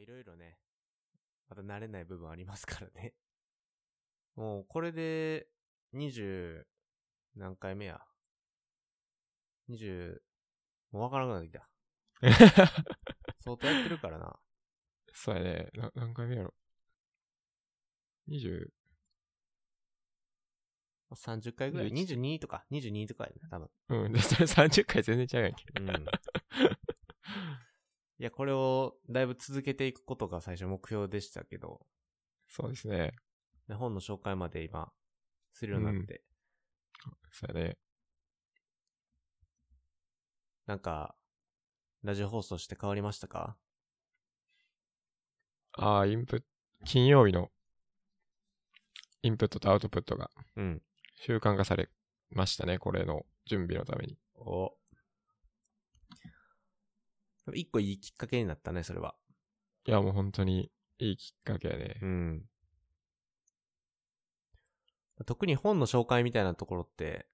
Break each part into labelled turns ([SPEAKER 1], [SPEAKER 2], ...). [SPEAKER 1] いろいろね、まだ慣れない部分ありますからね。もう、これで、20、何回目や。20、もうわからなくなってきた。相当やってるから な。
[SPEAKER 2] そうやね。な何回目やろ。20、
[SPEAKER 1] 30回ぐらい。
[SPEAKER 2] 21
[SPEAKER 1] 22とか、22とかやな、多分。
[SPEAKER 2] うん。で、それ30回全然違うやんけ。
[SPEAKER 1] うん。いや、これを、だいぶ続けていくことが最初目標でしたけど、
[SPEAKER 2] そうですね。
[SPEAKER 1] で本の紹介まで今、するようになって、
[SPEAKER 2] そうやね。
[SPEAKER 1] なんか、ラジオ放送して変わりましたか
[SPEAKER 2] ああ、インプット、金曜日のインプットとアウトプットが
[SPEAKER 1] うん。
[SPEAKER 2] 習慣化されましたね。これの準備のために。
[SPEAKER 1] お。一個いいきっかけになったね、それは。
[SPEAKER 2] いや、もう本当にいいきっかけやね。
[SPEAKER 1] うん。特に本の紹介みたいなところって、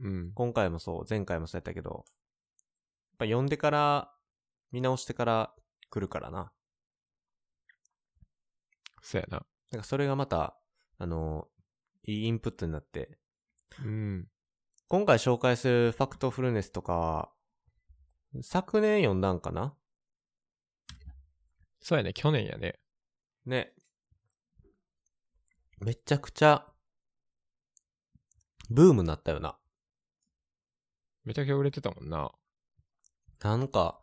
[SPEAKER 2] うん。
[SPEAKER 1] 今回もそう、前回もそうやったけど、やっぱ読んでから、見直してから来るからな。
[SPEAKER 2] そうやな。
[SPEAKER 1] なんかそれがまた、あの、いいインプットになって、
[SPEAKER 2] うん。
[SPEAKER 1] 今回紹介するファクトフルネスとかは、昨年読んだんかな
[SPEAKER 2] そうやね。去年やね。
[SPEAKER 1] ね。めちゃくちゃ、ブームになったよな。
[SPEAKER 2] めちゃくちゃ売れてたもんな。
[SPEAKER 1] なんか、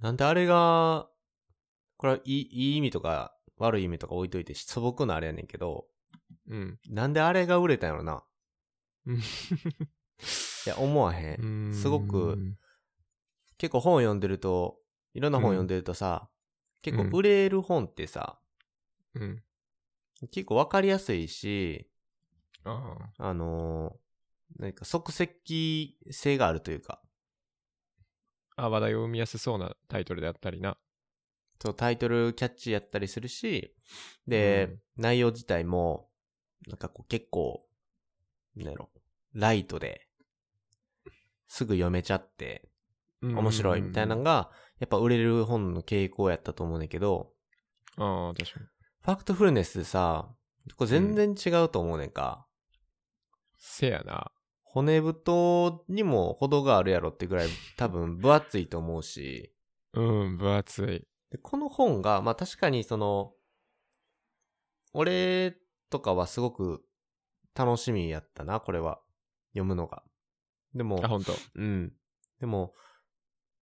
[SPEAKER 1] なんであれが、これはいいいい意味とか悪い意味とか置いといて素朴なあれやねんけど、
[SPEAKER 2] うん。
[SPEAKER 1] なんであれが売れたんやろな。
[SPEAKER 2] うん
[SPEAKER 1] いや、思わへん。
[SPEAKER 2] うん
[SPEAKER 1] すごく。結構本読んでると、いろんな本読んでるとさ、結構売れる本ってさ、
[SPEAKER 2] うん。
[SPEAKER 1] 結構わかりやすいし、
[SPEAKER 2] ああ。
[SPEAKER 1] あのー、なんか即席性があるというか、
[SPEAKER 2] あ、話題を生みやすそうなタイトルであったりな。
[SPEAKER 1] そうタイトルキャッチーやったりするし、で、内容自体も、なんかこう結構、なんやろ、ライトで、すぐ読めちゃって、面白いみたいなの
[SPEAKER 2] うん
[SPEAKER 1] が、やっぱ売れる本の傾向やったと思うねんだけど、
[SPEAKER 2] ああ、確かに。
[SPEAKER 1] ファクトフルネスでさ、これ全然違うと思うねんか。
[SPEAKER 2] せやな。
[SPEAKER 1] 骨太にも程があるやろってぐらい多分分厚いと思うし、
[SPEAKER 2] うん、分厚い。
[SPEAKER 1] で、この本が、まあ確かにその、俺とかはすごく楽しみやったな、これは。読むのが。で
[SPEAKER 2] あ、
[SPEAKER 1] も、
[SPEAKER 2] ほんと。
[SPEAKER 1] うん。でも、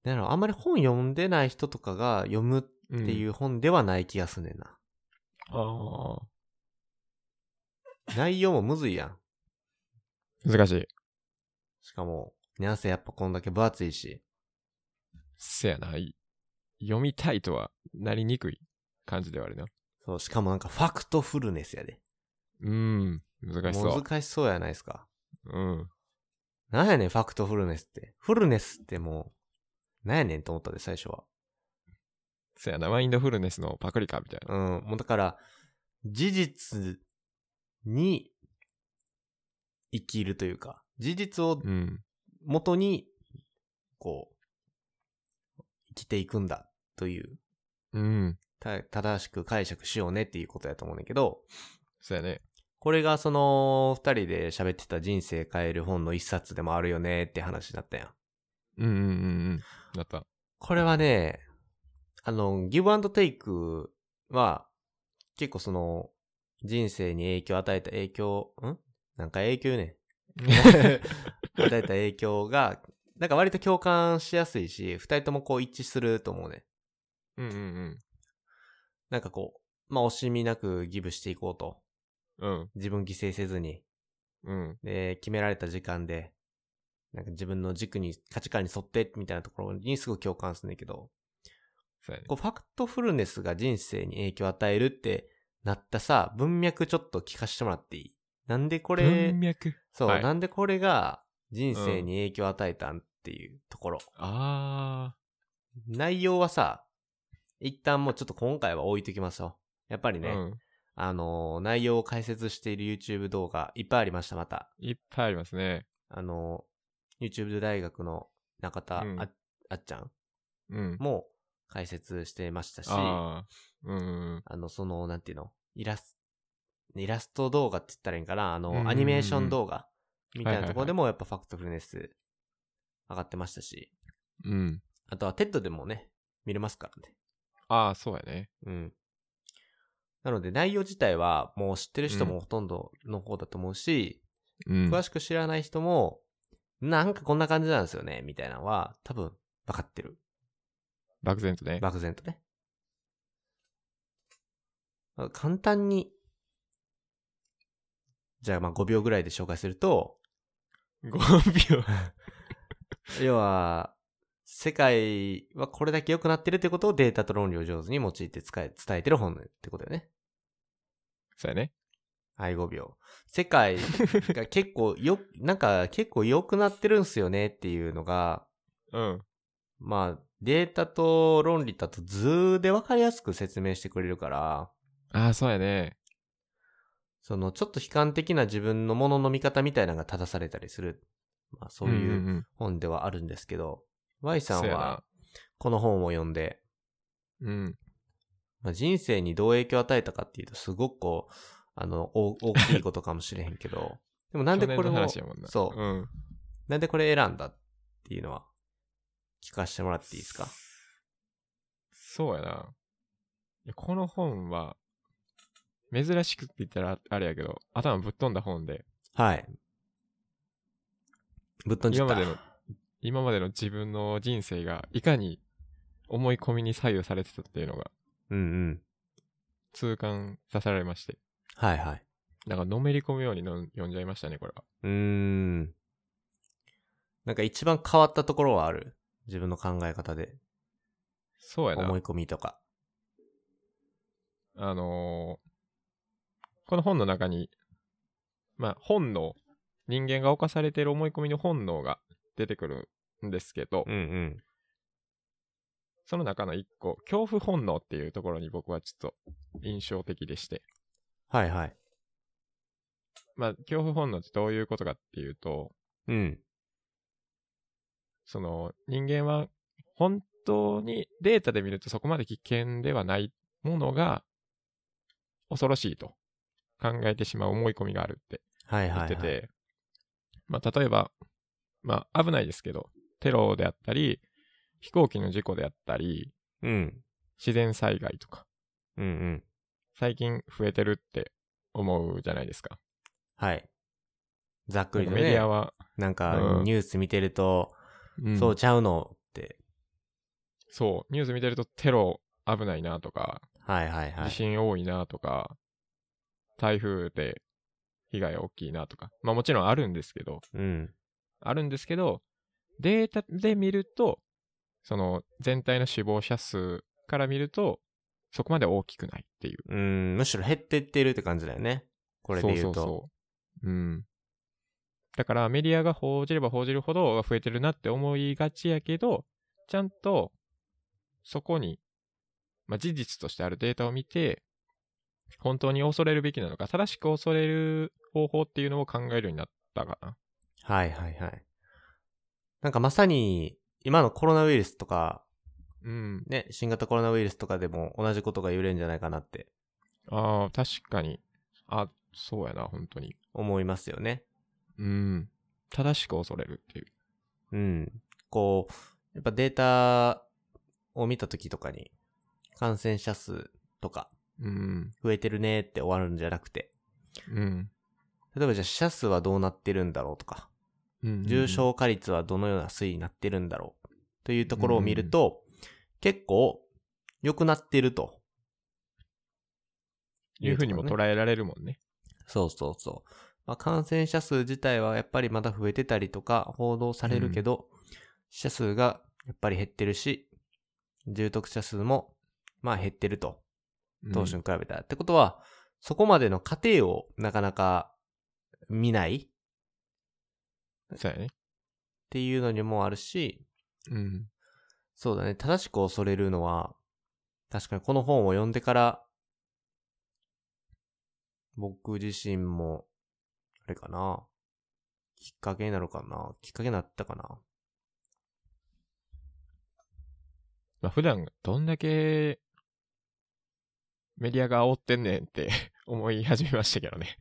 [SPEAKER 1] なんやろ、あんまり本読んでない人とかが読むっ
[SPEAKER 2] うん
[SPEAKER 1] ていう本ではない気がすんねんな。
[SPEAKER 2] ああ。
[SPEAKER 1] 内容もむずいやん。
[SPEAKER 2] 難しい。
[SPEAKER 1] しかも、にゃんせやっぱこんだけ分厚いし。
[SPEAKER 2] せやな。い読みたいとはなりにくい感じではあるな。
[SPEAKER 1] そう、しかもなんかファクトフルネスやで。
[SPEAKER 2] うん。難しそう。
[SPEAKER 1] 難しそうやないですか。
[SPEAKER 2] うん。
[SPEAKER 1] なんやねん、ファクトフルネスって。フルネスってもう、なんやねんと思ったで、最初は。
[SPEAKER 2] せやな。マインドフルネスのパクリかみたいな。
[SPEAKER 1] うん、もうだから、事実に生きるというか、事実を
[SPEAKER 2] うん。
[SPEAKER 1] 元に、こう、生きていくんだという、
[SPEAKER 2] うん。
[SPEAKER 1] た正しく解釈しようねっていうことやと思うんだけど、
[SPEAKER 2] そうやね。
[SPEAKER 1] これがその、二人で喋ってた人生変える本の一冊でもあるよねって話だったやん。
[SPEAKER 2] うんうんうんうん。なった。
[SPEAKER 1] これはね、あの、ギブアンドテイクは、結構その、人生に影響を与えた影響、んなんか影響言うねん。与えた影響が、なんか割と共感しやすいし、二人ともこう一致すると思うね。
[SPEAKER 2] うんうん
[SPEAKER 1] なんかこう、まあ惜しみなくギブしていこうと。
[SPEAKER 2] うん。
[SPEAKER 1] 自分犠牲せずに。
[SPEAKER 2] うん。うん。
[SPEAKER 1] で、決められた時間で、なんか自分の軸に、価値観に沿って、みたいなところにすごい共感するんだけど、
[SPEAKER 2] そうやね。
[SPEAKER 1] こうファクトフルネスが人生に影響を与えるってなったさ、文脈ちょっと聞かせてもらっていいなんでこれ
[SPEAKER 2] 文、脈。
[SPEAKER 1] そう、
[SPEAKER 2] はい
[SPEAKER 1] なんでこれが人生に影響を与えたんっていうところ。
[SPEAKER 2] ああ。
[SPEAKER 1] 内容はさ、一旦もうちょっと今回は置いときましょう。やっぱり
[SPEAKER 2] う
[SPEAKER 1] ね、
[SPEAKER 2] ん。
[SPEAKER 1] あのー内容を解説している YouTube 動画いっぱいありました、また。
[SPEAKER 2] いっぱいありますね。
[SPEAKER 1] あのー YouTube 大学の中田あ,、
[SPEAKER 2] うん
[SPEAKER 1] あっちゃん
[SPEAKER 2] うん。
[SPEAKER 1] も解説してましたし、あ
[SPEAKER 2] ああ。うん。
[SPEAKER 1] の、その、なんていうのイラスト、イラスト動画って言ったらいいんかなあ
[SPEAKER 2] うんうんうん
[SPEAKER 1] の、アニメーション動画みたいなところでもやっぱファクトフルネス上がってましたし、
[SPEAKER 2] うん。
[SPEAKER 1] あとは TED でもね、見れますからね。
[SPEAKER 2] ああ、そうやね。
[SPEAKER 1] うん。なので内容自体はもう知ってる人もほとんどの方だと思うし、
[SPEAKER 2] うん。
[SPEAKER 1] 詳しく知らない人も、なんかこんな感じなんですよね、みたいなのは多分分かってる。
[SPEAKER 2] 漠然とね。
[SPEAKER 1] 漠然とね。まあ簡単に、じゃあまあ5秒ぐらいで紹介すると、
[SPEAKER 2] 5秒。
[SPEAKER 1] 要は、世界はこれだけ良くなってるってことをデータと論理を上手に用いて使え伝えてる本ってことだよね。
[SPEAKER 2] そうやね。
[SPEAKER 1] はい、5秒。世界が結構よ、 なんか結構良くなってるんすよねっていうのが、
[SPEAKER 2] うん。
[SPEAKER 1] まあ、データと論理だと図で分かりやすく説明してくれるから、
[SPEAKER 2] ああ、そうやね。
[SPEAKER 1] そのちょっと悲観的な自分のものの見方みたいなのが正されたりする、まあそういうんうん本ではあるんですけど、Y さ
[SPEAKER 2] そ
[SPEAKER 1] ん
[SPEAKER 2] うや
[SPEAKER 1] は
[SPEAKER 2] な
[SPEAKER 1] この本を読んで、
[SPEAKER 2] うん。うん。
[SPEAKER 1] まあ、人生にどう影響を与えたかっていうとすごくこう、あの、お大きいことかもしれへんけ ど、でもなんでこ
[SPEAKER 2] 去
[SPEAKER 1] れ
[SPEAKER 2] 年の
[SPEAKER 1] を
[SPEAKER 2] 話やもんな。
[SPEAKER 1] そう
[SPEAKER 2] うん。
[SPEAKER 1] なんでこれ選んだっていうのは聞かせてもらっていいですか
[SPEAKER 2] そうやな。いやこの本は、珍しくって言ったらあれやけど、頭ぶっ飛んだ本で、
[SPEAKER 1] はい。ぶっ飛んじゃ
[SPEAKER 2] 今
[SPEAKER 1] った。
[SPEAKER 2] までの、今までの自分の人生が、いかに思い込みに左右されてたっていうのが、
[SPEAKER 1] うんうん。
[SPEAKER 2] 痛感させられまして。
[SPEAKER 1] はいはい。
[SPEAKER 2] なんか、のめり込むようにの読んじゃいましたね、これは。
[SPEAKER 1] うーん。なんか一番変わったところはある。自分の考え方で。
[SPEAKER 2] そうやな。
[SPEAKER 1] 思い込みとか。
[SPEAKER 2] あのーこの本の中に、まあ、本能、人間が犯されている思い込みの本能が出てくるんですけど、
[SPEAKER 1] うんうん。
[SPEAKER 2] その中の一個、恐怖本能っていうところに僕はちょっと印象的でして、
[SPEAKER 1] はいはい。
[SPEAKER 2] まあ、恐怖本能ってどういうことかっていうと、
[SPEAKER 1] うん。
[SPEAKER 2] その、人間は本当にデータで見るとそこまで危険ではないものが恐ろしいと考えてしまう思い込みがあるって
[SPEAKER 1] はいは
[SPEAKER 2] 言
[SPEAKER 1] い、は
[SPEAKER 2] っ
[SPEAKER 1] い。
[SPEAKER 2] てて、まあ、例えば、まあ、危ないですけど、テロであったり、飛行機の事故であったり、
[SPEAKER 1] うん。
[SPEAKER 2] 自然災害とか、
[SPEAKER 1] うんうん。
[SPEAKER 2] 最近増えてるって思うじゃないですか。
[SPEAKER 1] はい。ざっくりと
[SPEAKER 2] メディア
[SPEAKER 1] ね。
[SPEAKER 2] は、
[SPEAKER 1] なん
[SPEAKER 2] う
[SPEAKER 1] か
[SPEAKER 2] ん
[SPEAKER 1] ニュース見てると、
[SPEAKER 2] うん
[SPEAKER 1] そうちゃうのって。
[SPEAKER 2] そう、ニュース見てるとテロ危ないなとか、
[SPEAKER 1] はいはいは
[SPEAKER 2] 地
[SPEAKER 1] い。
[SPEAKER 2] 震多いなとか、台風で被害大きいなとか、まあもちろんあるんですけど、
[SPEAKER 1] うん。
[SPEAKER 2] あるんですけど、データで見ると、その全体の死亡者数から見ると、そこまで大きくないっていう。
[SPEAKER 1] うん。むしろ減ってってるって感じだよね。これで言うと。
[SPEAKER 2] そうそうそう。うん。だからメディアが報じれば報じるほど増えてるなって思いがちやけど、ちゃんとそこに、まあ、事実としてあるデータを見て、本当に恐れるべきなのか、正しく恐れる方法っていうのを考えるようになったかな。
[SPEAKER 1] はいはいはい。なんかまさに、今のコロナウイルスとか、
[SPEAKER 2] うん。
[SPEAKER 1] ね、新型コロナウイルスとかでも同じことが言えるんじゃないかなって
[SPEAKER 2] ああ、確かに。あ、そうやな、本当に。
[SPEAKER 1] 思いますよね。
[SPEAKER 2] うん。正しく恐れるっていう。
[SPEAKER 1] うん。こう、やっぱデータを見た時とかに、感染者数とか
[SPEAKER 2] うん。
[SPEAKER 1] 増えてるねって終わるんじゃなくて、
[SPEAKER 2] うん。
[SPEAKER 1] 例えばじゃあ死者数はどうなってるんだろうとか、
[SPEAKER 2] うん
[SPEAKER 1] 重症化率はどのような推移になってるんだろうというところを見ると、結構良くなってると。
[SPEAKER 2] いうふうにも
[SPEAKER 1] ね
[SPEAKER 2] 捉えられるもんね。
[SPEAKER 1] そうそうそう。まあ、感染者数自体はやっぱりまだ増えてたりとか報道されるけど、死者数がやっぱり減ってるし、重篤者数もまあ減ってると、
[SPEAKER 2] うん
[SPEAKER 1] 当初に比べたら。ってことは、そこまでの過程をなかなか見ないっ
[SPEAKER 2] そうやね。
[SPEAKER 1] ていうのにもあるし、
[SPEAKER 2] うん。
[SPEAKER 1] そうだね、正しく恐れるのは、確かにこの本を読んでから、僕自身も、あれかな、きっかけになるかな、きっかけになったかな。
[SPEAKER 2] まあ、普段どんだけメディアが煽ってんねんって 思い始めましたけどね。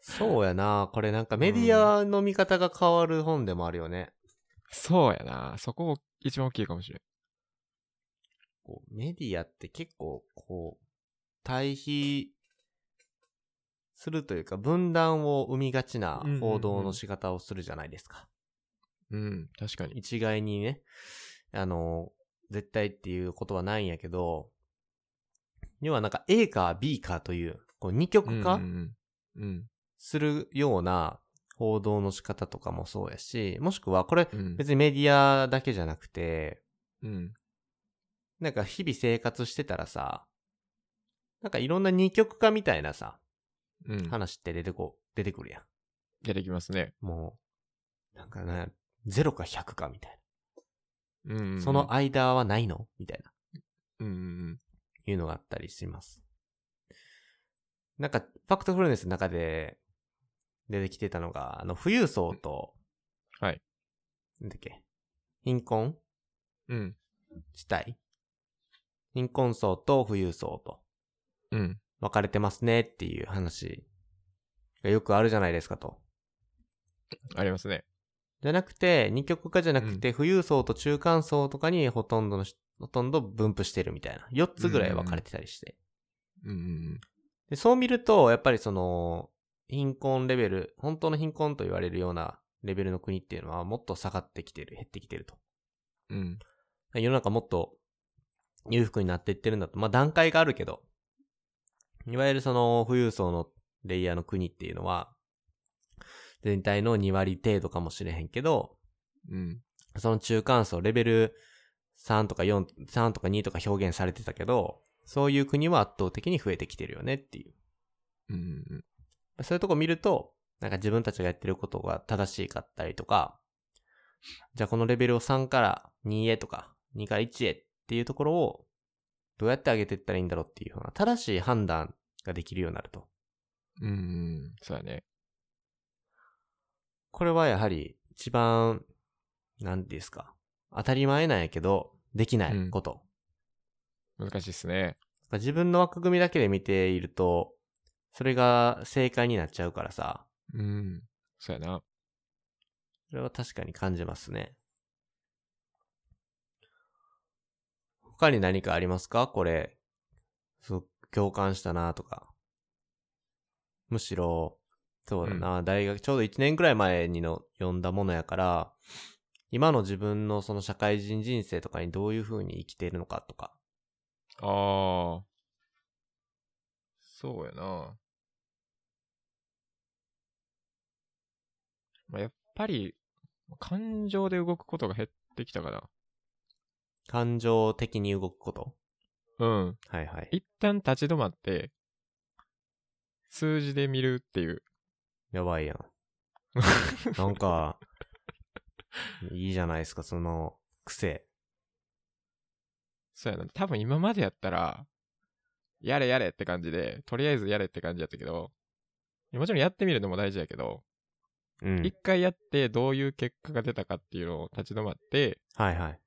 [SPEAKER 1] そうやな。これなんかメディアの見方が変わる本でもあるよね。
[SPEAKER 2] そうやな。そこ一番大きいかもしれん。
[SPEAKER 1] こうメディアって結構、こう、対比するというか、分断を生みがちな報道の仕方をするじゃないですか。
[SPEAKER 2] うん、確かに。
[SPEAKER 1] 一概にね、あの、絶対っていうことはないんやけど、要はなんか A か B かという、こう二極化、
[SPEAKER 2] うんうんうん。うん
[SPEAKER 1] するような報道の仕方とかもそうやし、もしくはこれ
[SPEAKER 2] うん
[SPEAKER 1] 別にメディアだけじゃなくて、
[SPEAKER 2] うん。
[SPEAKER 1] なんか日々生活してたらさ、なんかいろんな二極化みたいなさ、
[SPEAKER 2] うん。
[SPEAKER 1] 話って出てこ、出てくるや
[SPEAKER 2] 出てきますね。
[SPEAKER 1] ん。もう、なんかね、0か100かみたい
[SPEAKER 2] うんうんう
[SPEAKER 1] な。
[SPEAKER 2] ん。
[SPEAKER 1] その間はないのみたいな。
[SPEAKER 2] うんうん
[SPEAKER 1] いうのがあったりします。なんか、ファクトフルネスの中で出てきてたのが、あの、富裕層と、
[SPEAKER 2] はい。
[SPEAKER 1] なんだっけ、貧困
[SPEAKER 2] うん。うん。
[SPEAKER 1] 地帯貧困層と富裕層と
[SPEAKER 2] うん。
[SPEAKER 1] 分かれてますねっていう話がよくあるじゃないですかと。
[SPEAKER 2] ありますね。
[SPEAKER 1] じゃなくて、二極化じゃなくて、富裕層と中間層とかにほとんどのし、ほとんど分布してるみたいな。4つぐらい分かれてたりして。
[SPEAKER 2] うんうん
[SPEAKER 1] で、そう見ると、やっぱりその、貧困レベル、本当の貧困と言われるようなレベルの国っていうのはもっと下がってきてる、減ってきてると。
[SPEAKER 2] うん。うん。
[SPEAKER 1] 世の中もっと裕福になっていってるんだと。まあ段階があるけど、いわゆるその富裕層のレイヤーの国っていうのは、全体の2割程度かもしれへんけど、
[SPEAKER 2] うん。
[SPEAKER 1] その中間層、レベル3とか4、3とか2とか表現されてたけど、そういう国は圧倒的に増えてきてるよねっていう。
[SPEAKER 2] うんうんうん。
[SPEAKER 1] そういうとこ見ると、なんか自分たちがやってることが正しいかったりとか、じゃあこのレベルを3から2へとか、2から1へっていうところを、どうやって上げていったらいいんだろうっていうような、正しい判断ができるようになると。
[SPEAKER 2] うんうん。そうやね。
[SPEAKER 1] これはやはり一番、なんていうんですか、当たり前なんやけど、できないこと。
[SPEAKER 2] 難しいっすね。
[SPEAKER 1] 自分の枠組みだけで見ていると、それが正解になっちゃうからさ、
[SPEAKER 2] うん。そうやな。
[SPEAKER 1] それは確かに感じますね。他に何かありますかこれ。そう、共感したなとか。むしろ、そうだな、大学、ちょうど1年くらい前にの読んだものやから、今の自分のその社会人人生とかにどういう風に生きているのかとか。
[SPEAKER 2] ああ。そうやな。まあ、やっぱり、感情で動くことが減ってきたか
[SPEAKER 1] 感情的に動くこと
[SPEAKER 2] ら。うん。
[SPEAKER 1] はいはい。
[SPEAKER 2] 一旦立ち止まって、数字で見るっていう。
[SPEAKER 1] やばいやん。なんか、いいじゃないですか、その、癖。
[SPEAKER 2] そうやな。多分今までやったら、やれやれって感じで、とりあえずやれって感じやったけど、もちろんやってみるのも大事やけど、
[SPEAKER 1] うん。
[SPEAKER 2] 一回やってどういう結果が出たかっていうのを立ち止まって、
[SPEAKER 1] はいはい。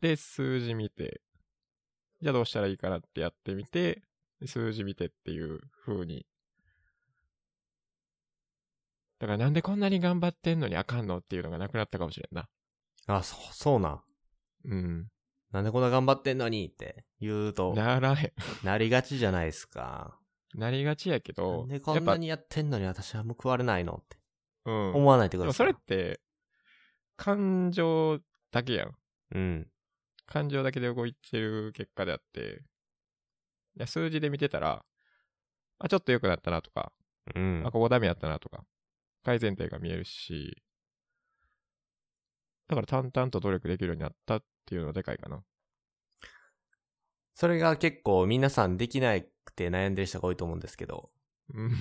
[SPEAKER 2] で、数字見て、じゃあどうしたらいいかなってやってみて、数字見てっていう風に。だからなんでこんなに頑張ってんのにあかんのっていうのがなくなったかもしれんな。
[SPEAKER 1] あ、そ、そうなん。
[SPEAKER 2] うん。
[SPEAKER 1] なんでこんな頑張ってんのにって言うと、な
[SPEAKER 2] ならへん。
[SPEAKER 1] りがちじゃないですか。
[SPEAKER 2] なりがちやけ
[SPEAKER 1] な
[SPEAKER 2] ど
[SPEAKER 1] ん、でこんなにやってんのに私は報われないのって
[SPEAKER 2] やっぱ、うん。
[SPEAKER 1] 思わないってこ
[SPEAKER 2] で
[SPEAKER 1] と
[SPEAKER 2] も
[SPEAKER 1] です
[SPEAKER 2] そ
[SPEAKER 1] か
[SPEAKER 2] れって、感情だけやん。
[SPEAKER 1] うん。
[SPEAKER 2] 感情だけで動いてる結果であって、いや数字で見てたら、あ、ちょっと良くなったなとか、
[SPEAKER 1] うん
[SPEAKER 2] あ、。ここダメやったなとか、改善点が見えるし、だから淡々と努力できるようになったっていうのはでかいかな。
[SPEAKER 1] それが結構皆さんできなくて悩んでる人が多いと思うんですけど、
[SPEAKER 2] うん。い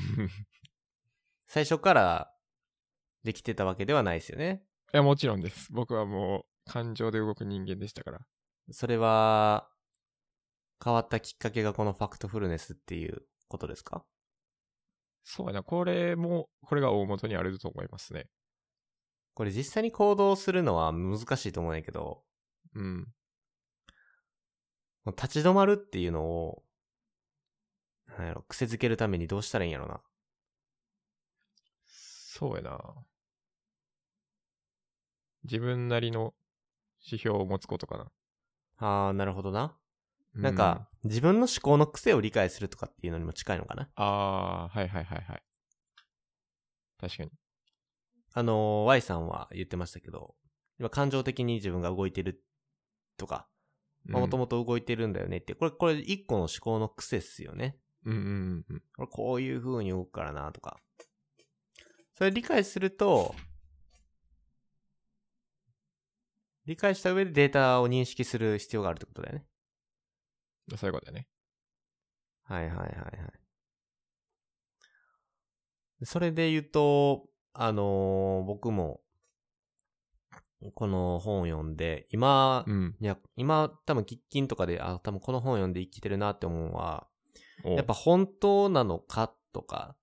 [SPEAKER 1] 最初からできてたわけではないですよね。
[SPEAKER 2] や、もちろんです。僕はもう、感情で動く人間でしたから。
[SPEAKER 1] それは、変わったきっかけがこのファクトフルネスっていうことですか
[SPEAKER 2] そうやな、これも、これが大元にあると思いますね。
[SPEAKER 1] これ実際に行動するのは難しいと思うんやけど、
[SPEAKER 2] うん。
[SPEAKER 1] 立ち止まるっていうのを、なんやろ、癖づけるためにどうしたらいいんやろな。
[SPEAKER 2] そうやな。自分なりの指標を持つことかな。
[SPEAKER 1] あー、なるほどな。
[SPEAKER 2] う
[SPEAKER 1] なんか、、自分の思考の癖を理解するとかっていうのにも近いのかな。
[SPEAKER 2] ああ、はいはいはいはい。確かに。
[SPEAKER 1] あのー、Y さんは言ってましたけど、今感情的に自分が動いてるとか、もと
[SPEAKER 2] も
[SPEAKER 1] もと動いてるんだよねって、これ、これ一個の思考の癖っすよね。
[SPEAKER 2] うんうんうんうん。
[SPEAKER 1] 俺こういう風に動くからなとか。それ理解すると、理解した上でデータを認識する必要があるってことだよね。
[SPEAKER 2] そういうことだね。
[SPEAKER 1] はいはいはいはい。それで言うと、あのー僕も、この本を読んで、今、
[SPEAKER 2] うん。
[SPEAKER 1] いや、今、多分、喫緊とかで、あ、多分この本読んで生きてるなって思うのは、
[SPEAKER 2] お
[SPEAKER 1] やっぱ、本当なのかとか、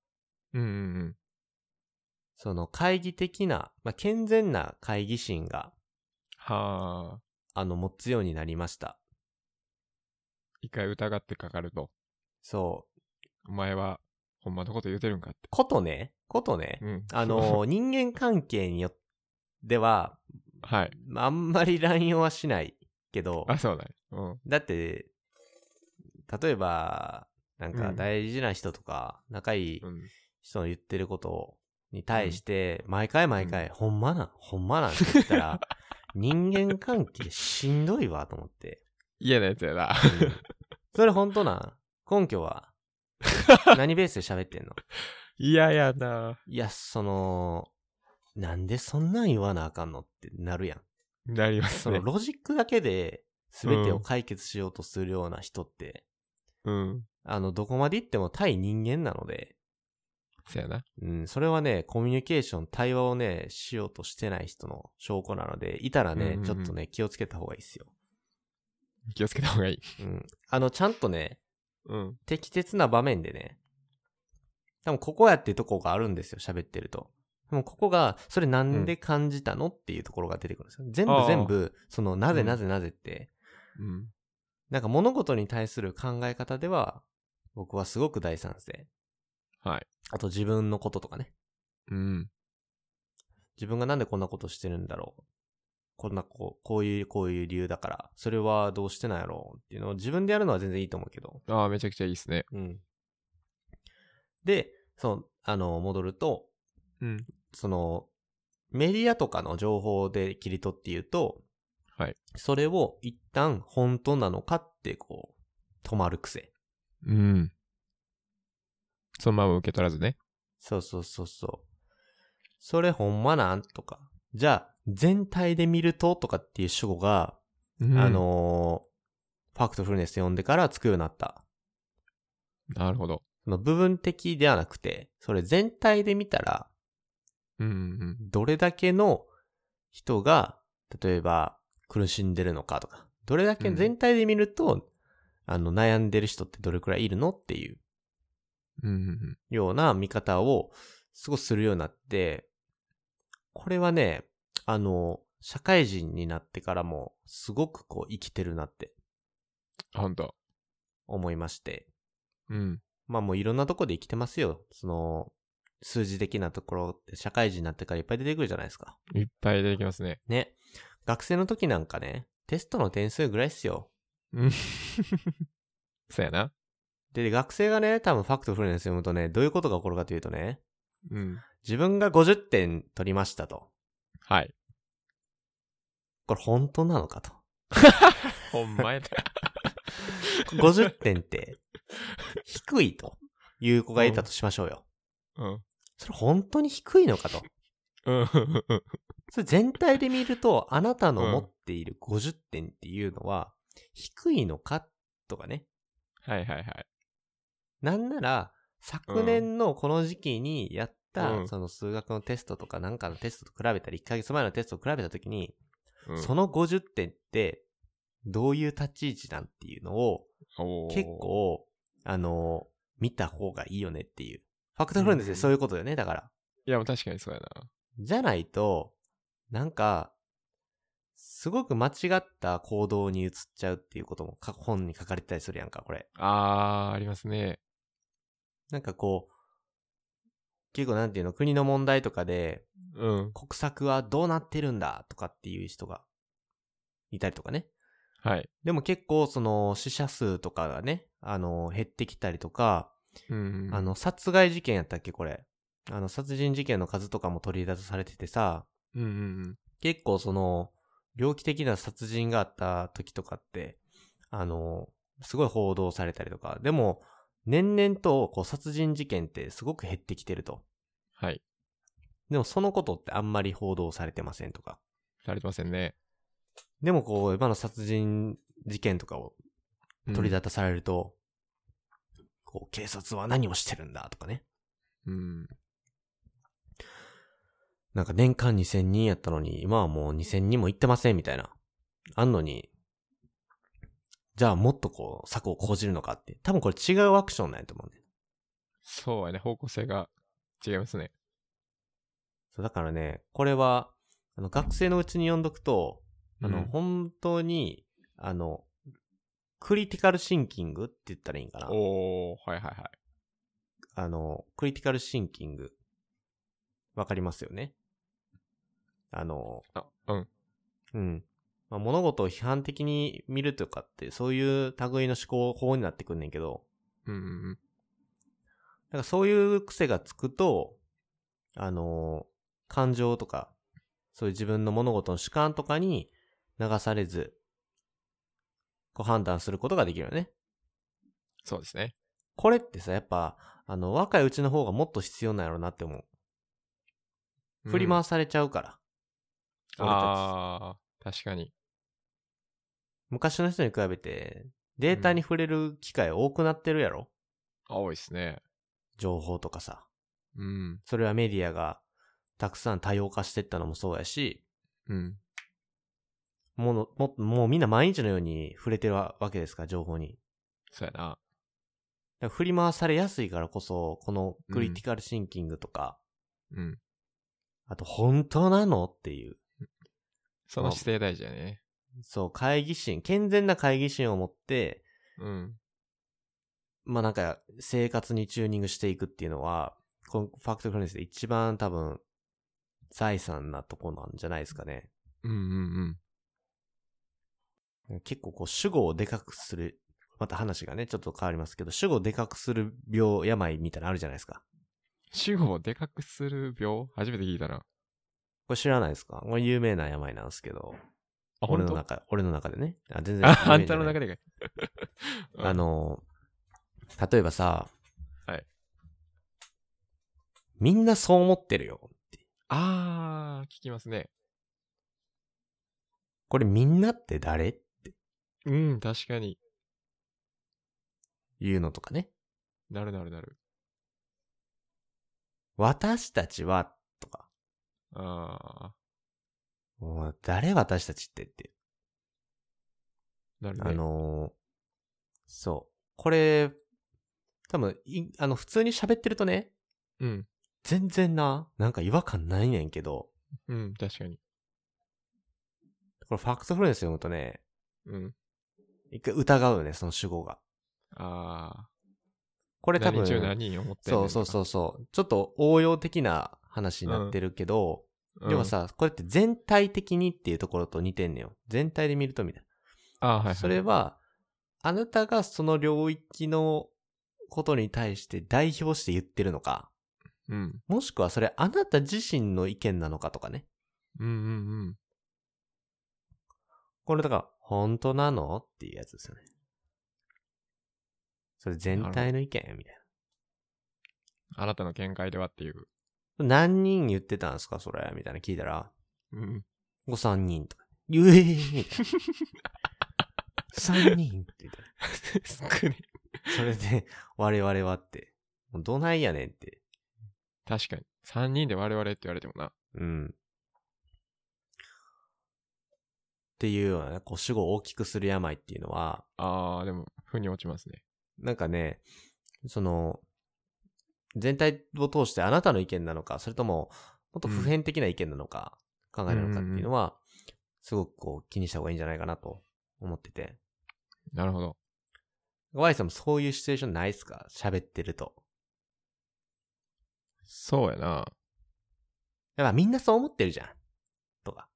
[SPEAKER 2] うんうん
[SPEAKER 1] その会議的な、まあ、健全な会議心が、
[SPEAKER 2] うん。はあ、
[SPEAKER 1] あの、持つようになりました。
[SPEAKER 2] 一回疑ってかかると、
[SPEAKER 1] そう。
[SPEAKER 2] お前は、ほんまのこと言うてるんかって。
[SPEAKER 1] ことね、ことね、
[SPEAKER 2] うん。
[SPEAKER 1] あの、人間関係によっては、
[SPEAKER 2] はい。
[SPEAKER 1] まああんまり乱用はしないけど、
[SPEAKER 2] あ、そうだね。うん。
[SPEAKER 1] だって、例えば、なん
[SPEAKER 2] う
[SPEAKER 1] か
[SPEAKER 2] ん
[SPEAKER 1] 大事な人とか、仲いい
[SPEAKER 2] うん。
[SPEAKER 1] 人の言ってることに対して、毎回毎回、ほんまなん、ほんまなんって言った ら、人間関係しんどいわと思 って。
[SPEAKER 2] 嫌なやつやな。
[SPEAKER 1] それ本当なん根拠 は何ベースで喋ってんの
[SPEAKER 2] 嫌やな。
[SPEAKER 1] いや、その、なんでそんなん言わなあかんのってなるやん。
[SPEAKER 2] なります
[SPEAKER 1] その
[SPEAKER 2] ね。
[SPEAKER 1] ロジックだけで全てを解決しようとするような人って、
[SPEAKER 2] うん。
[SPEAKER 1] あの、どこまで行っても対人間なので、
[SPEAKER 2] そうやな。
[SPEAKER 1] うん、それはね、コミュニケーション、対話をね、しようとしてない人の証拠なので、いたら
[SPEAKER 2] うん
[SPEAKER 1] ね
[SPEAKER 2] う、んうん
[SPEAKER 1] ちょっとね、気をつけた方がいいですよ。
[SPEAKER 2] 気をつけた方がい
[SPEAKER 1] う
[SPEAKER 2] い。
[SPEAKER 1] ん。あの、ちゃんとね、
[SPEAKER 2] うん。
[SPEAKER 1] 適切な場面でね、多分ここやってとこがあるんですよ、喋ってると。でもここが、それなんで感じたの、っていうところが出てくるんですよ。全部
[SPEAKER 2] ああ
[SPEAKER 1] 全部、その、なぜ
[SPEAKER 2] うん
[SPEAKER 1] なぜなぜって、
[SPEAKER 2] うん。
[SPEAKER 1] なんか物事に対する考え方では、僕はすごく大賛成。
[SPEAKER 2] はい。
[SPEAKER 1] あと自分のこととかね。
[SPEAKER 2] うん。
[SPEAKER 1] 自分がなんでこんなことしてるんだろう。こんなこう、こういう、こういう理由だから、それはどうしてなんやろうっていうのを自分でやるのは全然いいと思うけど。
[SPEAKER 2] ああ、めちゃくちゃいいっすね。
[SPEAKER 1] うん。で、その、あの、戻ると、
[SPEAKER 2] うん。
[SPEAKER 1] その、メディアとかの情報で切り取って言うと、
[SPEAKER 2] はい。
[SPEAKER 1] それを一旦本当なのかってこう、止まる癖。
[SPEAKER 2] うん。そのまま受け取らずね。
[SPEAKER 1] そうそうそうそう。それほんまなんとか。じゃあ、全体で見るととかっていう主語が、あ、のーファクトフルネス読んでからつくようになった。
[SPEAKER 2] なるほど。
[SPEAKER 1] その部分的ではなくて、それ全体で見たら、
[SPEAKER 2] うんうん。
[SPEAKER 1] どれだけの人が、例えば苦しんでるのかとか、どれだけ
[SPEAKER 2] うん
[SPEAKER 1] 全体で見ると、あの、悩んでる人ってどれくらいいるのっていう
[SPEAKER 2] うんうん
[SPEAKER 1] ような見方を、すごいするようになって、これはね、あの、社会人になってからも、すごくこう生きてるなって
[SPEAKER 2] あ、ほんと。
[SPEAKER 1] 思いまして。
[SPEAKER 2] うん。
[SPEAKER 1] まあもういろんなとこで生きてますよ。その、数字的なところって社会人になってからいっぱい出てくるじゃないですか。
[SPEAKER 2] いっぱい出てきますね。
[SPEAKER 1] ね。学生の時なんかね、テストの点数ぐらいっすよ。
[SPEAKER 2] うん。 そうやな。
[SPEAKER 1] で、学生がね、多分ファクトフルネス読むとね、どういうことが起こるかというとね、
[SPEAKER 2] うん。
[SPEAKER 1] 自分が50点取りましたと。
[SPEAKER 2] はい。
[SPEAKER 1] これ本当なのかと。
[SPEAKER 2] ほんまやで
[SPEAKER 1] 50点って、低いという子がいたとしましょうよ。
[SPEAKER 2] うん。
[SPEAKER 1] それ本当に低いのかと。
[SPEAKER 2] うん。
[SPEAKER 1] それ全体で見ると、あなたの持っている50点っていうのは、低いのかとかね。
[SPEAKER 2] はいはいはい。
[SPEAKER 1] なんなら、昨年のこの時期にやっ
[SPEAKER 2] う
[SPEAKER 1] た、
[SPEAKER 2] ん
[SPEAKER 1] その数学のテストとかなんかのテストと比べたり、1ヶ月前のテストと比べたときに、
[SPEAKER 2] うん
[SPEAKER 1] その50点って、どういう立ち位置なんっていうのを、
[SPEAKER 2] おー
[SPEAKER 1] 結。構、あの、見た方がいいよねっていう。ファクトフルネスでそういうことだよね、だから。
[SPEAKER 2] いや、もう確かにそうやな。
[SPEAKER 1] じゃないと、なんか、すごく間違った行動に移っちゃうっていうこともか本に書かれてたりするやんか、これ。
[SPEAKER 2] あー、ありますね。
[SPEAKER 1] なんかこう、結構なんていうの、国の問題とかで、
[SPEAKER 2] うん。
[SPEAKER 1] 国策はどうなってるんだとかっていう人がいたりとかね。
[SPEAKER 2] はい。
[SPEAKER 1] でも結構その死者数とかがね、あの、減ってきたりとか、
[SPEAKER 2] うん。
[SPEAKER 1] あ、の、殺害事件やったっけこれ。あの、殺人事件の数とかも取り出されててさ、
[SPEAKER 2] うんうんうん。
[SPEAKER 1] 結構その、猟奇的な殺人があった時とかって、あの、すごい報道されたりとか、でも、年々とこう殺人事件ってすごく減ってきてると。
[SPEAKER 2] はい。
[SPEAKER 1] でもそのことってあんまり報道されてませんとか。
[SPEAKER 2] されてませんね。
[SPEAKER 1] でもこう、今の殺人事件とかを
[SPEAKER 2] うん
[SPEAKER 1] 取り立たされると、こう、警察は何をしてるんだとかね。
[SPEAKER 2] うん。
[SPEAKER 1] なんか年間2000人やったのに、今はもう2000人も行ってませんみたいな。あんのに、じゃあもっとこう、策を講じるのかって。多分これ違うアクションなんやと思うね。
[SPEAKER 2] そうやね。方向性が違いますね。
[SPEAKER 1] そうだからね、これは、あの、学生のうちに読んどくと、あの、
[SPEAKER 2] うん
[SPEAKER 1] 本当に、あの、クリティカルシンキングって言ったらいいんかな。
[SPEAKER 2] おー、はいはいはい。
[SPEAKER 1] あの、クリティカルシンキング。わかりますよね。あの、
[SPEAKER 2] あ、うん。
[SPEAKER 1] うん。まあ、物事を批判的に見るとかって、そういう類の思考法になってくんねんけど、
[SPEAKER 2] うんうんうん。
[SPEAKER 1] だからそういう癖がつくと、あの、感情とか、そういう自分の物事の主観とかに流されず、こう判断することができるよね。
[SPEAKER 2] そうですね。
[SPEAKER 1] これってさ、やっぱ、あの、若いうちの方がもっと必要なんやろうなって思う。振り回
[SPEAKER 2] す。
[SPEAKER 1] されちゃうから。俺たち
[SPEAKER 2] あー、確かに。
[SPEAKER 1] 昔の人に比べて、データに触れる機会多くなってるやろ、
[SPEAKER 2] 多いですね。
[SPEAKER 1] 情報とかさ。
[SPEAKER 2] うん。
[SPEAKER 1] それはメディアがたくさん多様化してったのもそうやし、
[SPEAKER 2] うん。
[SPEAKER 1] ものももうみんな毎日のように触れてるわけですから、情報に。
[SPEAKER 2] そうやな。
[SPEAKER 1] だから振り回されやすいからこそ、このクリティカルシンキングとか、
[SPEAKER 2] うん。
[SPEAKER 1] あと本当なのっていう、
[SPEAKER 2] その姿勢大事やね。
[SPEAKER 1] そう、会議心、健全な会議心を持って、
[SPEAKER 2] うん。
[SPEAKER 1] まあなんか生活にチューニングしていくっていうのは、このファクトフルネスで一番多分財産なとこなんじゃないですかね。
[SPEAKER 2] うんうんうん。
[SPEAKER 1] 結構こう主語をでかくする、また話がね、ちょっと変わりますけど、主語をでかくする病、病みたいなのあるじゃないですか。
[SPEAKER 2] 主語をでかくする病初めて聞いたな。
[SPEAKER 1] これ知らないですかこれ有名な病なんですけど、
[SPEAKER 2] あ、
[SPEAKER 1] 俺
[SPEAKER 2] 本
[SPEAKER 1] の
[SPEAKER 2] 当
[SPEAKER 1] 中、俺の中でね。あ、全然有名じゃない。
[SPEAKER 2] あ、あんたの中でかい。うん
[SPEAKER 1] あの、例えばさ、
[SPEAKER 2] はい。
[SPEAKER 1] みんなそう思ってるよ。
[SPEAKER 2] あー、聞きますね。
[SPEAKER 1] これみんなって誰
[SPEAKER 2] うん、確かに。
[SPEAKER 1] いうのとかね。
[SPEAKER 2] なるなるなる。
[SPEAKER 1] 私たちは、とか。
[SPEAKER 2] あ
[SPEAKER 1] もう誰私たちってって。
[SPEAKER 2] ー、なるね。
[SPEAKER 1] あのーそう。これ、多分、い、あの、普通に喋ってるとね、
[SPEAKER 2] うん。
[SPEAKER 1] 全然な、なんか違和感ないねんけど、
[SPEAKER 2] うん、確かに。
[SPEAKER 1] これファクトフルネス読むとね、
[SPEAKER 2] うん。
[SPEAKER 1] 一回疑うよね、その主語が。
[SPEAKER 2] あ
[SPEAKER 1] こ
[SPEAKER 2] ー、
[SPEAKER 1] れ多分、
[SPEAKER 2] 何中何人思ってんねん
[SPEAKER 1] そうそうそうそう。ちょっと応用的な話になってるけど、
[SPEAKER 2] うん。
[SPEAKER 1] 要はさ、これって全体的にっていうところと似てんねよ。全体で見るとみたい
[SPEAKER 2] あー、はい、
[SPEAKER 1] な。
[SPEAKER 2] はい。
[SPEAKER 1] それは、あなたがその領域のことに対して代表して言ってるのか、
[SPEAKER 2] うん。
[SPEAKER 1] もしくはそれあなた自身の意見なのかとかね。
[SPEAKER 2] うんうんうん。
[SPEAKER 1] これだから、本当なのっていうやつですよね。それ全体の意見みたい
[SPEAKER 2] あなたの見解ではっていう。
[SPEAKER 1] な。何人言ってたんですかそれみたいな聞いたら、
[SPEAKER 2] うん。
[SPEAKER 1] ここ3人とか。ゆえーみたいな。3人って言ったら
[SPEAKER 2] 少ね。
[SPEAKER 1] それで、我々はって。もうどないやねんって。
[SPEAKER 2] 確かに。3人で我々って言われてもな。
[SPEAKER 1] うん。っていうようなね、こう、主語を大きくする病っていうのは、
[SPEAKER 2] あー、でも、腑に落ちますね。
[SPEAKER 1] なんかね、その、全体を通してあなたの意見なのか、それとも、もっと普遍的な意見なのか、考えなのかっていうのは、すごくこう気にした方がいいんじゃないかなと思ってて。
[SPEAKER 2] なるほど。
[SPEAKER 1] Y さんもそういうシチュエーションないっすか喋ってると。
[SPEAKER 2] そうやな。
[SPEAKER 1] やっぱみんなそう思ってるじゃん。とか。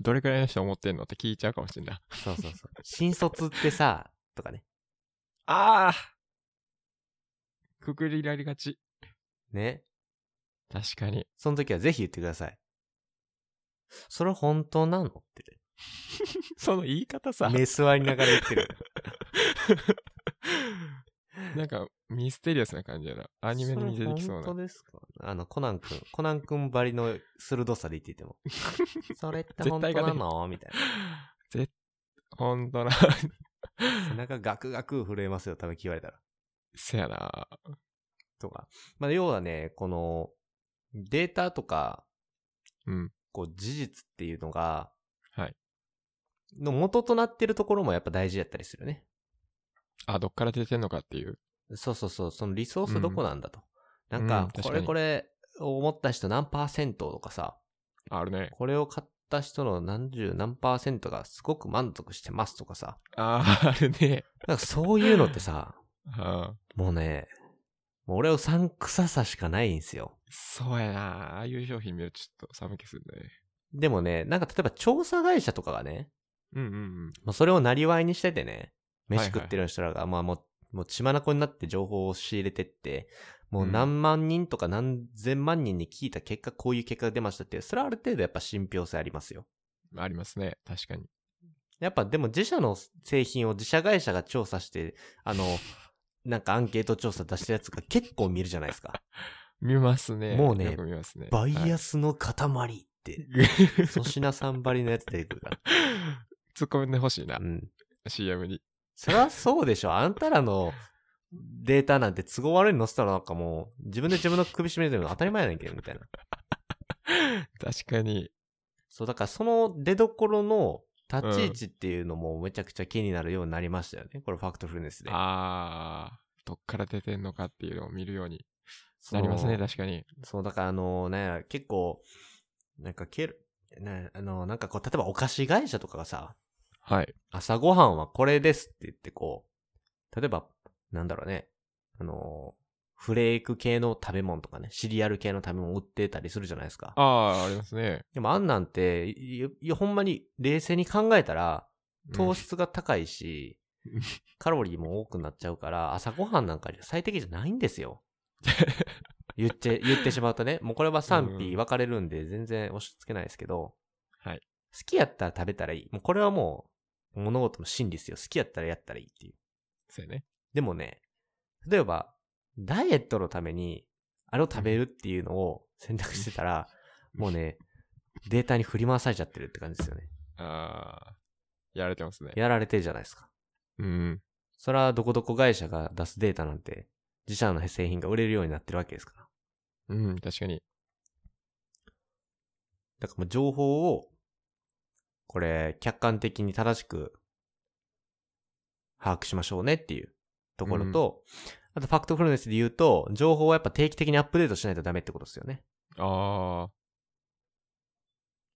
[SPEAKER 2] どれくらいの人思ってんのって聞いちゃうかもしれない。
[SPEAKER 1] そうそうそう。 新卒ってさ、とかね。
[SPEAKER 2] ああくくりられがち。
[SPEAKER 1] ね。
[SPEAKER 2] 確かに。
[SPEAKER 1] その時はぜひ言ってください。それ本当なのって。
[SPEAKER 2] その言い方さ、
[SPEAKER 1] 目座りながら言ってる。
[SPEAKER 2] なんかミステリアスな感じやな。アニメに出てきそ
[SPEAKER 1] れ
[SPEAKER 2] う
[SPEAKER 1] 本
[SPEAKER 2] な。
[SPEAKER 1] 当ですかあの、コナン君、コナン君ばりの鋭さで言っていても。 それって本当なのみたい
[SPEAKER 2] ぜほんとな。
[SPEAKER 1] な。背中ガクガク震えますよ、多分聞かれたら。
[SPEAKER 2] せやな。
[SPEAKER 1] とか。まあ、要はね、この、データとか、
[SPEAKER 2] うん。
[SPEAKER 1] こう、事実っていうのが、
[SPEAKER 2] はい。
[SPEAKER 1] の元となってるところもやっぱ大事だったりするね。
[SPEAKER 2] あ、どっから出てんのかっていう。
[SPEAKER 1] そうそうそう、そのリソースどこなんだと。
[SPEAKER 2] うん
[SPEAKER 1] な
[SPEAKER 2] うん
[SPEAKER 1] んか、
[SPEAKER 2] 確か
[SPEAKER 1] こ
[SPEAKER 2] に
[SPEAKER 1] れこれ、思った人何パーセントとかさ、
[SPEAKER 2] あるね。
[SPEAKER 1] これを買った人の何十何パーセントがすごく満足してますとかさ、
[SPEAKER 2] あー、あるね。
[SPEAKER 1] なんかそういうのって さ、
[SPEAKER 2] あー
[SPEAKER 1] も うね、もう俺はうさんくささしかないんですよ。
[SPEAKER 2] そうやな。ああいう商品見るとちょっと寒気するね。
[SPEAKER 1] でもね、なんか例えば調査会社とかがね、
[SPEAKER 2] うんうんうん。
[SPEAKER 1] もうそれをなりわいにしててね、飯
[SPEAKER 2] はいはい
[SPEAKER 1] 食ってる人らが、まあもう、もう血眼になって情報を仕入れてって、もう何万人とか何千万人に聞いた結果、こういう結果が出ましたって、それはある程度やっぱ信憑性ありますよ。
[SPEAKER 2] ありますね。確かに。
[SPEAKER 1] やっぱでも自社の製品を自社会社が調査して、あ の、なんかアンケート調査出したやつが結構見るじゃない ですか。
[SPEAKER 2] 見ますね。
[SPEAKER 1] もうね
[SPEAKER 2] よく見ますね。
[SPEAKER 1] バイ
[SPEAKER 2] はい
[SPEAKER 1] アスの塊って、粗品さんばりのやつ出てくるから。
[SPEAKER 2] 突っ込んでほしいな
[SPEAKER 1] う。ん。
[SPEAKER 2] CM に。
[SPEAKER 1] そりゃそうでしょ。あんたらのデータなんて都合悪いの載せたらなんかもう、自分で自分の首絞めてるの当たり前やねんけど、みたいな。
[SPEAKER 2] 確かに。
[SPEAKER 1] そう、だからその出どころの立ち位置っていうのもめちゃくちゃ気になるようになりましたよね。これファクトフルネスで。
[SPEAKER 2] あー、どっから出てんのかっていうのを見るように
[SPEAKER 1] そ
[SPEAKER 2] な
[SPEAKER 1] の
[SPEAKER 2] りますね。確かに。
[SPEAKER 1] そう、だからあの、なんや、結構、なんかケル、なあの、なんかこう、例えばお菓子会社とかがさ、
[SPEAKER 2] はい。
[SPEAKER 1] 朝ごはんはこれですって言ってこう、例えば、なんだろうね、あの、フレーク系の食べ物とかね、シリアル系の食べ物売ってたりするじゃないですか。
[SPEAKER 2] あー、ありますね。
[SPEAKER 1] でもあんなんて、いいいやほんまに冷静に考えたら、
[SPEAKER 2] うん
[SPEAKER 1] 糖質が高いし、
[SPEAKER 2] うん
[SPEAKER 1] カロリーも多くなっちゃうから、朝ごはんなんかには最適じゃないんですよ。言っ て、言ってしまうとね、もうこれは賛否分かれるんで、全然押し付けないですけど、
[SPEAKER 2] はい
[SPEAKER 1] 好きやったら食べたらいい。もうこれはもう、物事の真理ですよ。好きやったらやったらいいっていう。
[SPEAKER 2] そうやね。
[SPEAKER 1] でもね、例えば、ダイエットのために、あれを食べるっていうのを選択してたら、
[SPEAKER 2] うん
[SPEAKER 1] もうね、データに振り回されちゃってるって感じですよね。
[SPEAKER 2] あー、やられてますね。
[SPEAKER 1] やられてるじゃないですか。
[SPEAKER 2] うん。
[SPEAKER 1] それはどこどこ会社が出すデータなんて、自社の製品が売れるようになってるわけですから。
[SPEAKER 2] うん、確かに。
[SPEAKER 1] だからもう情報を、これ、客観的に正しく、把握しましょうねっていうところと、あとファクトフルネスで言うと、情報はやっぱ定期的にアップデートしないとダメってことですよね。
[SPEAKER 2] あ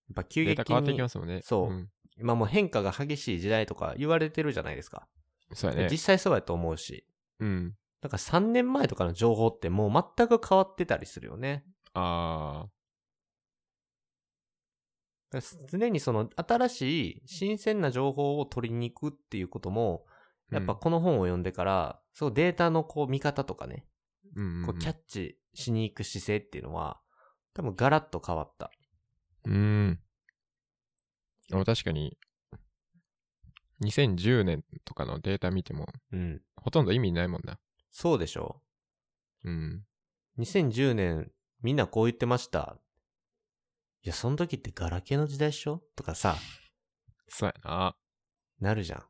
[SPEAKER 1] やっぱ
[SPEAKER 2] ー、
[SPEAKER 1] 急
[SPEAKER 2] デー
[SPEAKER 1] 激
[SPEAKER 2] タ変わってき
[SPEAKER 1] に
[SPEAKER 2] ま、すもんね。
[SPEAKER 1] そうん今もう変化が激しい時代とか言われてるじゃないですか。
[SPEAKER 2] そうやね
[SPEAKER 1] 実。際そうやと思うし。
[SPEAKER 2] うん。
[SPEAKER 1] だから3年前とかの情報ってもう全く変わってたりするよね。
[SPEAKER 2] あ
[SPEAKER 1] だから常にその新しい新鮮な情報を取りに行くっていうことも、
[SPEAKER 2] ー。
[SPEAKER 1] やっぱこの本を読んでから、そうデータのこう見方とかね、
[SPEAKER 2] うん、うんうん
[SPEAKER 1] こうキャッチしに行く姿勢っていうのは、多分ガラッと変わった。
[SPEAKER 2] うん。あ確かに、2010年とかのデータ見ても、
[SPEAKER 1] うん。
[SPEAKER 2] ほとんど意味ないもんな。
[SPEAKER 1] そうでしょ
[SPEAKER 2] うん。
[SPEAKER 1] う。2010年、みんなこう言ってました。いや、その時ってガラケーの時代っしょとかさ、
[SPEAKER 2] そうやな。
[SPEAKER 1] なるじゃん。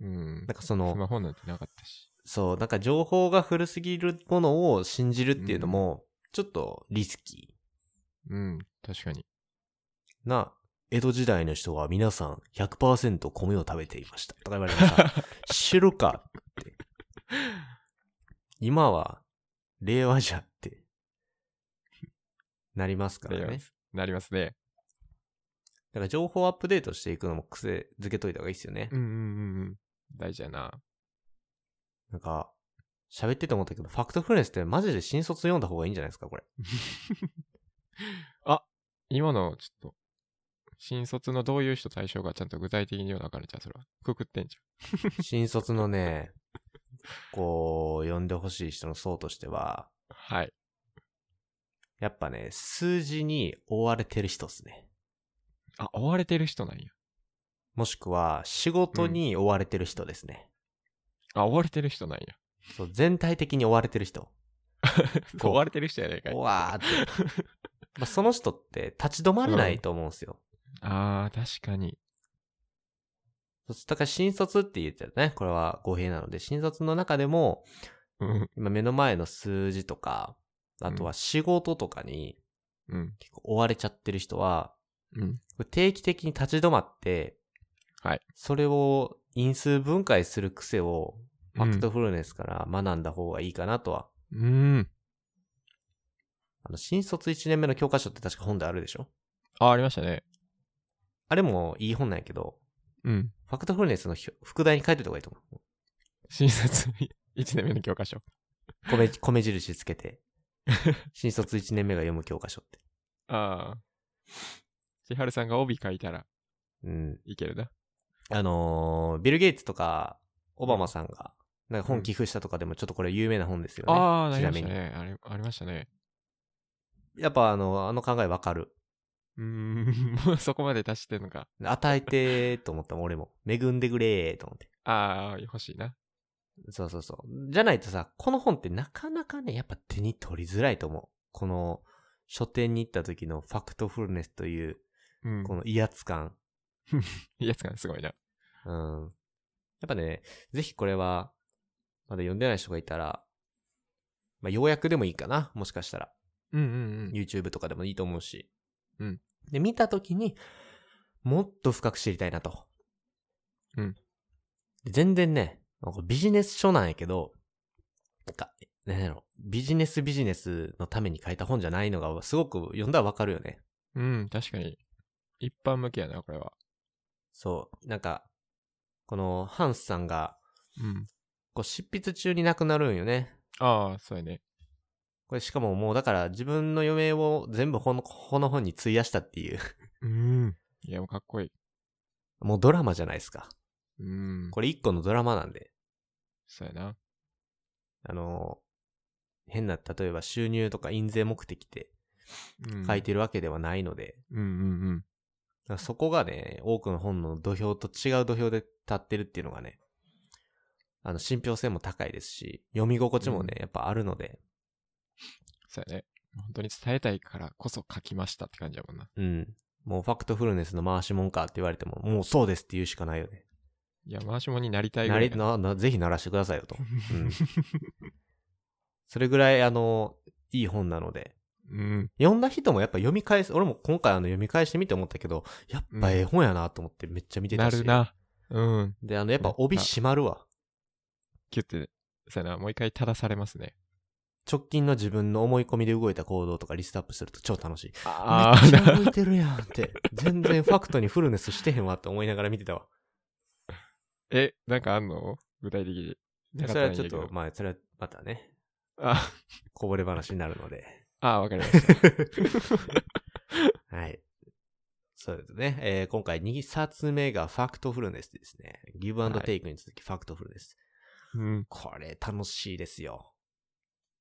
[SPEAKER 2] うん
[SPEAKER 1] なん。かそ
[SPEAKER 2] ス
[SPEAKER 1] の、
[SPEAKER 2] マホなんてなかったし。
[SPEAKER 1] そう、なんか情報が古すぎるものを信じるっていうのも、ちょっとリスキー。
[SPEAKER 2] うん、確かに。
[SPEAKER 1] な、江戸時代の人は皆さん100%米を食べていました。とか言われて さ、知るかって。今は、令和じゃって、なりますから
[SPEAKER 2] 令和
[SPEAKER 1] ね
[SPEAKER 2] で。なります
[SPEAKER 1] だ
[SPEAKER 2] ね。
[SPEAKER 1] から情報アップデートしていくのも癖づけといた方がいいですよね。
[SPEAKER 2] うんうんうんうん。大事やな。
[SPEAKER 1] なんか、喋ってて思ったけど、ファクトフルネスってマジで新卒読んだ方がいいんじゃないですか、これ。
[SPEAKER 2] 今のちょっと、新卒のどういう人対象がちゃんと具体的に分かるじゃん、それは。くくってんじ
[SPEAKER 1] 新卒のね、こう、読んでほしい人の層としては、
[SPEAKER 2] ゃん。はい。
[SPEAKER 1] やっぱね、数字に追われてる人ですね。
[SPEAKER 2] あ、追われてる人なんや。
[SPEAKER 1] もしくは、仕事に追われてる人ですね。
[SPEAKER 2] あ、追われてる人なんや。
[SPEAKER 1] そう、全体的に追われてる 人。こう
[SPEAKER 2] 追われてる人やないかい。
[SPEAKER 1] うわーって。まあ、その人って立ち止まれないと思うんですよ。
[SPEAKER 2] あー、確かに。
[SPEAKER 1] そうだから新卒って言っちゃうとね、これは語弊なので、新卒の中でも、
[SPEAKER 2] うん。
[SPEAKER 1] 今目の前の数字とか、あとは仕事とかに
[SPEAKER 2] うん。
[SPEAKER 1] 結構追われちゃってる人は、
[SPEAKER 2] うん。
[SPEAKER 1] これ定期的に立ち止まって、
[SPEAKER 2] はい。
[SPEAKER 1] それを因数分解する癖を、ファクトフルネスから学んだ方がいいかなとは。
[SPEAKER 2] うん。
[SPEAKER 1] あの、新卒1年目の教科書って確か本であるでしょ
[SPEAKER 2] あ、ありましたね。
[SPEAKER 1] あれもいい本なんやけど、
[SPEAKER 2] うん。
[SPEAKER 1] ファクトフルネスのひょ副題に書いておいた方がいいと思う。
[SPEAKER 2] 新卒1年目の教科書。
[SPEAKER 1] 米、 米印つけ て。新卒1年目が読む教科書って。
[SPEAKER 2] あー。千春さんが帯書いたら
[SPEAKER 1] うん。
[SPEAKER 2] いけるな。
[SPEAKER 1] あのービル・ゲイツとか、オバマさんが、なんか本寄付したとかでもちょっとこれ有名な本ですよね。
[SPEAKER 2] あー、な
[SPEAKER 1] ち
[SPEAKER 2] り
[SPEAKER 1] な
[SPEAKER 2] まし
[SPEAKER 1] み
[SPEAKER 2] た
[SPEAKER 1] に。
[SPEAKER 2] ね。あれ、ありましたね。
[SPEAKER 1] やっぱあの、あの考えわかる。
[SPEAKER 2] うーん。 もうそこまで達してんのか。
[SPEAKER 1] 与えてーと思ったもん、俺も。恵んでくれーと思って。
[SPEAKER 2] あー、欲しいな。
[SPEAKER 1] そうそうそう。じゃないとさ、この本ってなかなかね、やっぱ手に取りづらいと思う。この、書店に行った時のファクトフルネスという、
[SPEAKER 2] うん。
[SPEAKER 1] この威圧感。
[SPEAKER 2] いいやつがすごいな。
[SPEAKER 1] うん。やっぱね、ぜひこれは、まだ読んでない人がいたら、まあ、要約でもいいかな。もしかしたら。
[SPEAKER 2] うんうんうん。
[SPEAKER 1] YouTube とかでもいいと思うし。
[SPEAKER 2] うん。
[SPEAKER 1] で、見たときに、もっと深く知りたいなと。
[SPEAKER 2] うん
[SPEAKER 1] で。全然ね、なんかビジネス書なんやけど、なんか、なんやろ、ビジネスビジネスのために書いた本じゃないのが、すごく読んだらわかるよね。
[SPEAKER 2] うん、確かに。一般向けやな、これは。
[SPEAKER 1] そう。なんか、この、ハンスさんが、
[SPEAKER 2] うん。
[SPEAKER 1] こう、執筆中に亡くなるんよね。
[SPEAKER 2] ああ、そうやね。
[SPEAKER 1] これしかももうだから自分の余命を全部この、この本に費やしたっていう、
[SPEAKER 2] うん。いや、もうかっこいい。
[SPEAKER 1] もうドラマじゃないですか。
[SPEAKER 2] うん。
[SPEAKER 1] これ一個のドラマなんで。
[SPEAKER 2] そうやな。
[SPEAKER 1] あの、変な、例えば収入とか印税目的で
[SPEAKER 2] うん、
[SPEAKER 1] 書い。てるわけではないので、
[SPEAKER 2] うんうんうん。
[SPEAKER 1] だからそこがね、多くの本の土俵と違う土俵で立ってるっていうのがね、あの、信憑性も高いですし、読み心地もね、やっぱあるので、
[SPEAKER 2] そうやね。本当に伝えたいからこそ書きましたって感じやもんな。
[SPEAKER 1] うん。もうファクトフルネスの回しもんかって言われても、もうそうですって言うしかないよね。
[SPEAKER 2] いや、回しもになりたいぐ
[SPEAKER 1] な
[SPEAKER 2] らい
[SPEAKER 1] り
[SPEAKER 2] や
[SPEAKER 1] ななぜひ鳴らしてくださいよと。うん、それぐらい、あの、いい本なので。
[SPEAKER 2] うん。
[SPEAKER 1] 読んだ人もやっぱ読み返す、俺も今回あの読み返してみて思ったけど、やっぱ絵本やなと思ってめっちゃ見てた
[SPEAKER 2] な
[SPEAKER 1] し。
[SPEAKER 2] る。な。うん。
[SPEAKER 1] で、あの、やっぱ帯締まるわ。
[SPEAKER 2] キュッて、そうやな。もう一回正されますね。
[SPEAKER 1] 直近の自分の思い込みで動いた行動とかリストアップすると超楽しい。
[SPEAKER 2] あ
[SPEAKER 1] めっちゃ
[SPEAKER 2] あ、
[SPEAKER 1] 動いてるやんって。全然ファクトにフルネスしてへんわって思いながら見て たわ。
[SPEAKER 2] え、なんかあんの具体的に。なか
[SPEAKER 1] それ
[SPEAKER 2] たらい
[SPEAKER 1] はい
[SPEAKER 2] ん
[SPEAKER 1] ち
[SPEAKER 2] や
[SPEAKER 1] ょっ
[SPEAKER 2] けど
[SPEAKER 1] と、まあ、それはまたね、
[SPEAKER 2] あ
[SPEAKER 1] こぼれ話になるの で。
[SPEAKER 2] あー、わかりま した。
[SPEAKER 1] はい。そうですね。えー今回2冊目がファクトフルネスですね。ギブアンドテイクに続きファクトフルネス。
[SPEAKER 2] うん。
[SPEAKER 1] これ楽しいですよ。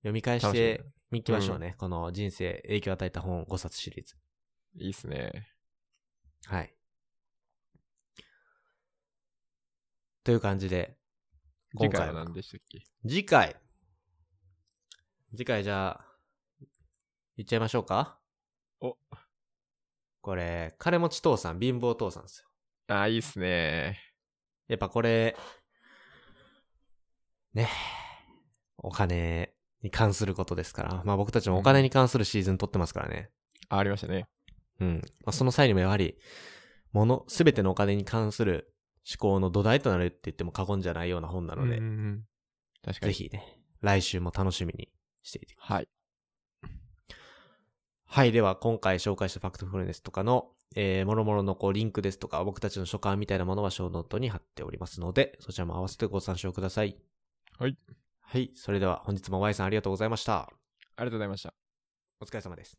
[SPEAKER 1] 読み返し
[SPEAKER 2] 楽しみだ
[SPEAKER 1] てみきましょうね。この人生影響を与えた本5冊シリーズ。
[SPEAKER 2] いいっすね。
[SPEAKER 1] はい。という感じで、今
[SPEAKER 2] 次
[SPEAKER 1] 回は
[SPEAKER 2] 回は何でしたっけ
[SPEAKER 1] 次回。次回じゃあ、言っちゃいましょうか
[SPEAKER 2] お。
[SPEAKER 1] これ、金持ち父さん、貧乏父さんですよ。
[SPEAKER 2] ああ、いいっすね。
[SPEAKER 1] やっぱこれ、ね、お金に関することですから、まあ僕たちもお金に関するシーズン撮ってますからね。
[SPEAKER 2] あ、ありましたね。
[SPEAKER 1] うん。まあその際にもやはり、もの、すべてのお金に関する思考の土台となるって言っても過言じゃないような本なので、
[SPEAKER 2] うんうんうん確か
[SPEAKER 1] ぜ
[SPEAKER 2] に。
[SPEAKER 1] ひね、来週も楽しみにしていてください。
[SPEAKER 2] はい。
[SPEAKER 1] はい。では、今回紹介したファクトフルネスとかのえー、もろもろのこうリンクですとか、僕たちの書簡みたいなものはショーノートに貼っておりますので、そちらも合わせてご参照ください。
[SPEAKER 2] はい。
[SPEAKER 1] はい。それでは本日も Y さんありがとうございました。
[SPEAKER 2] ありがとうございました。
[SPEAKER 1] お疲れ様です。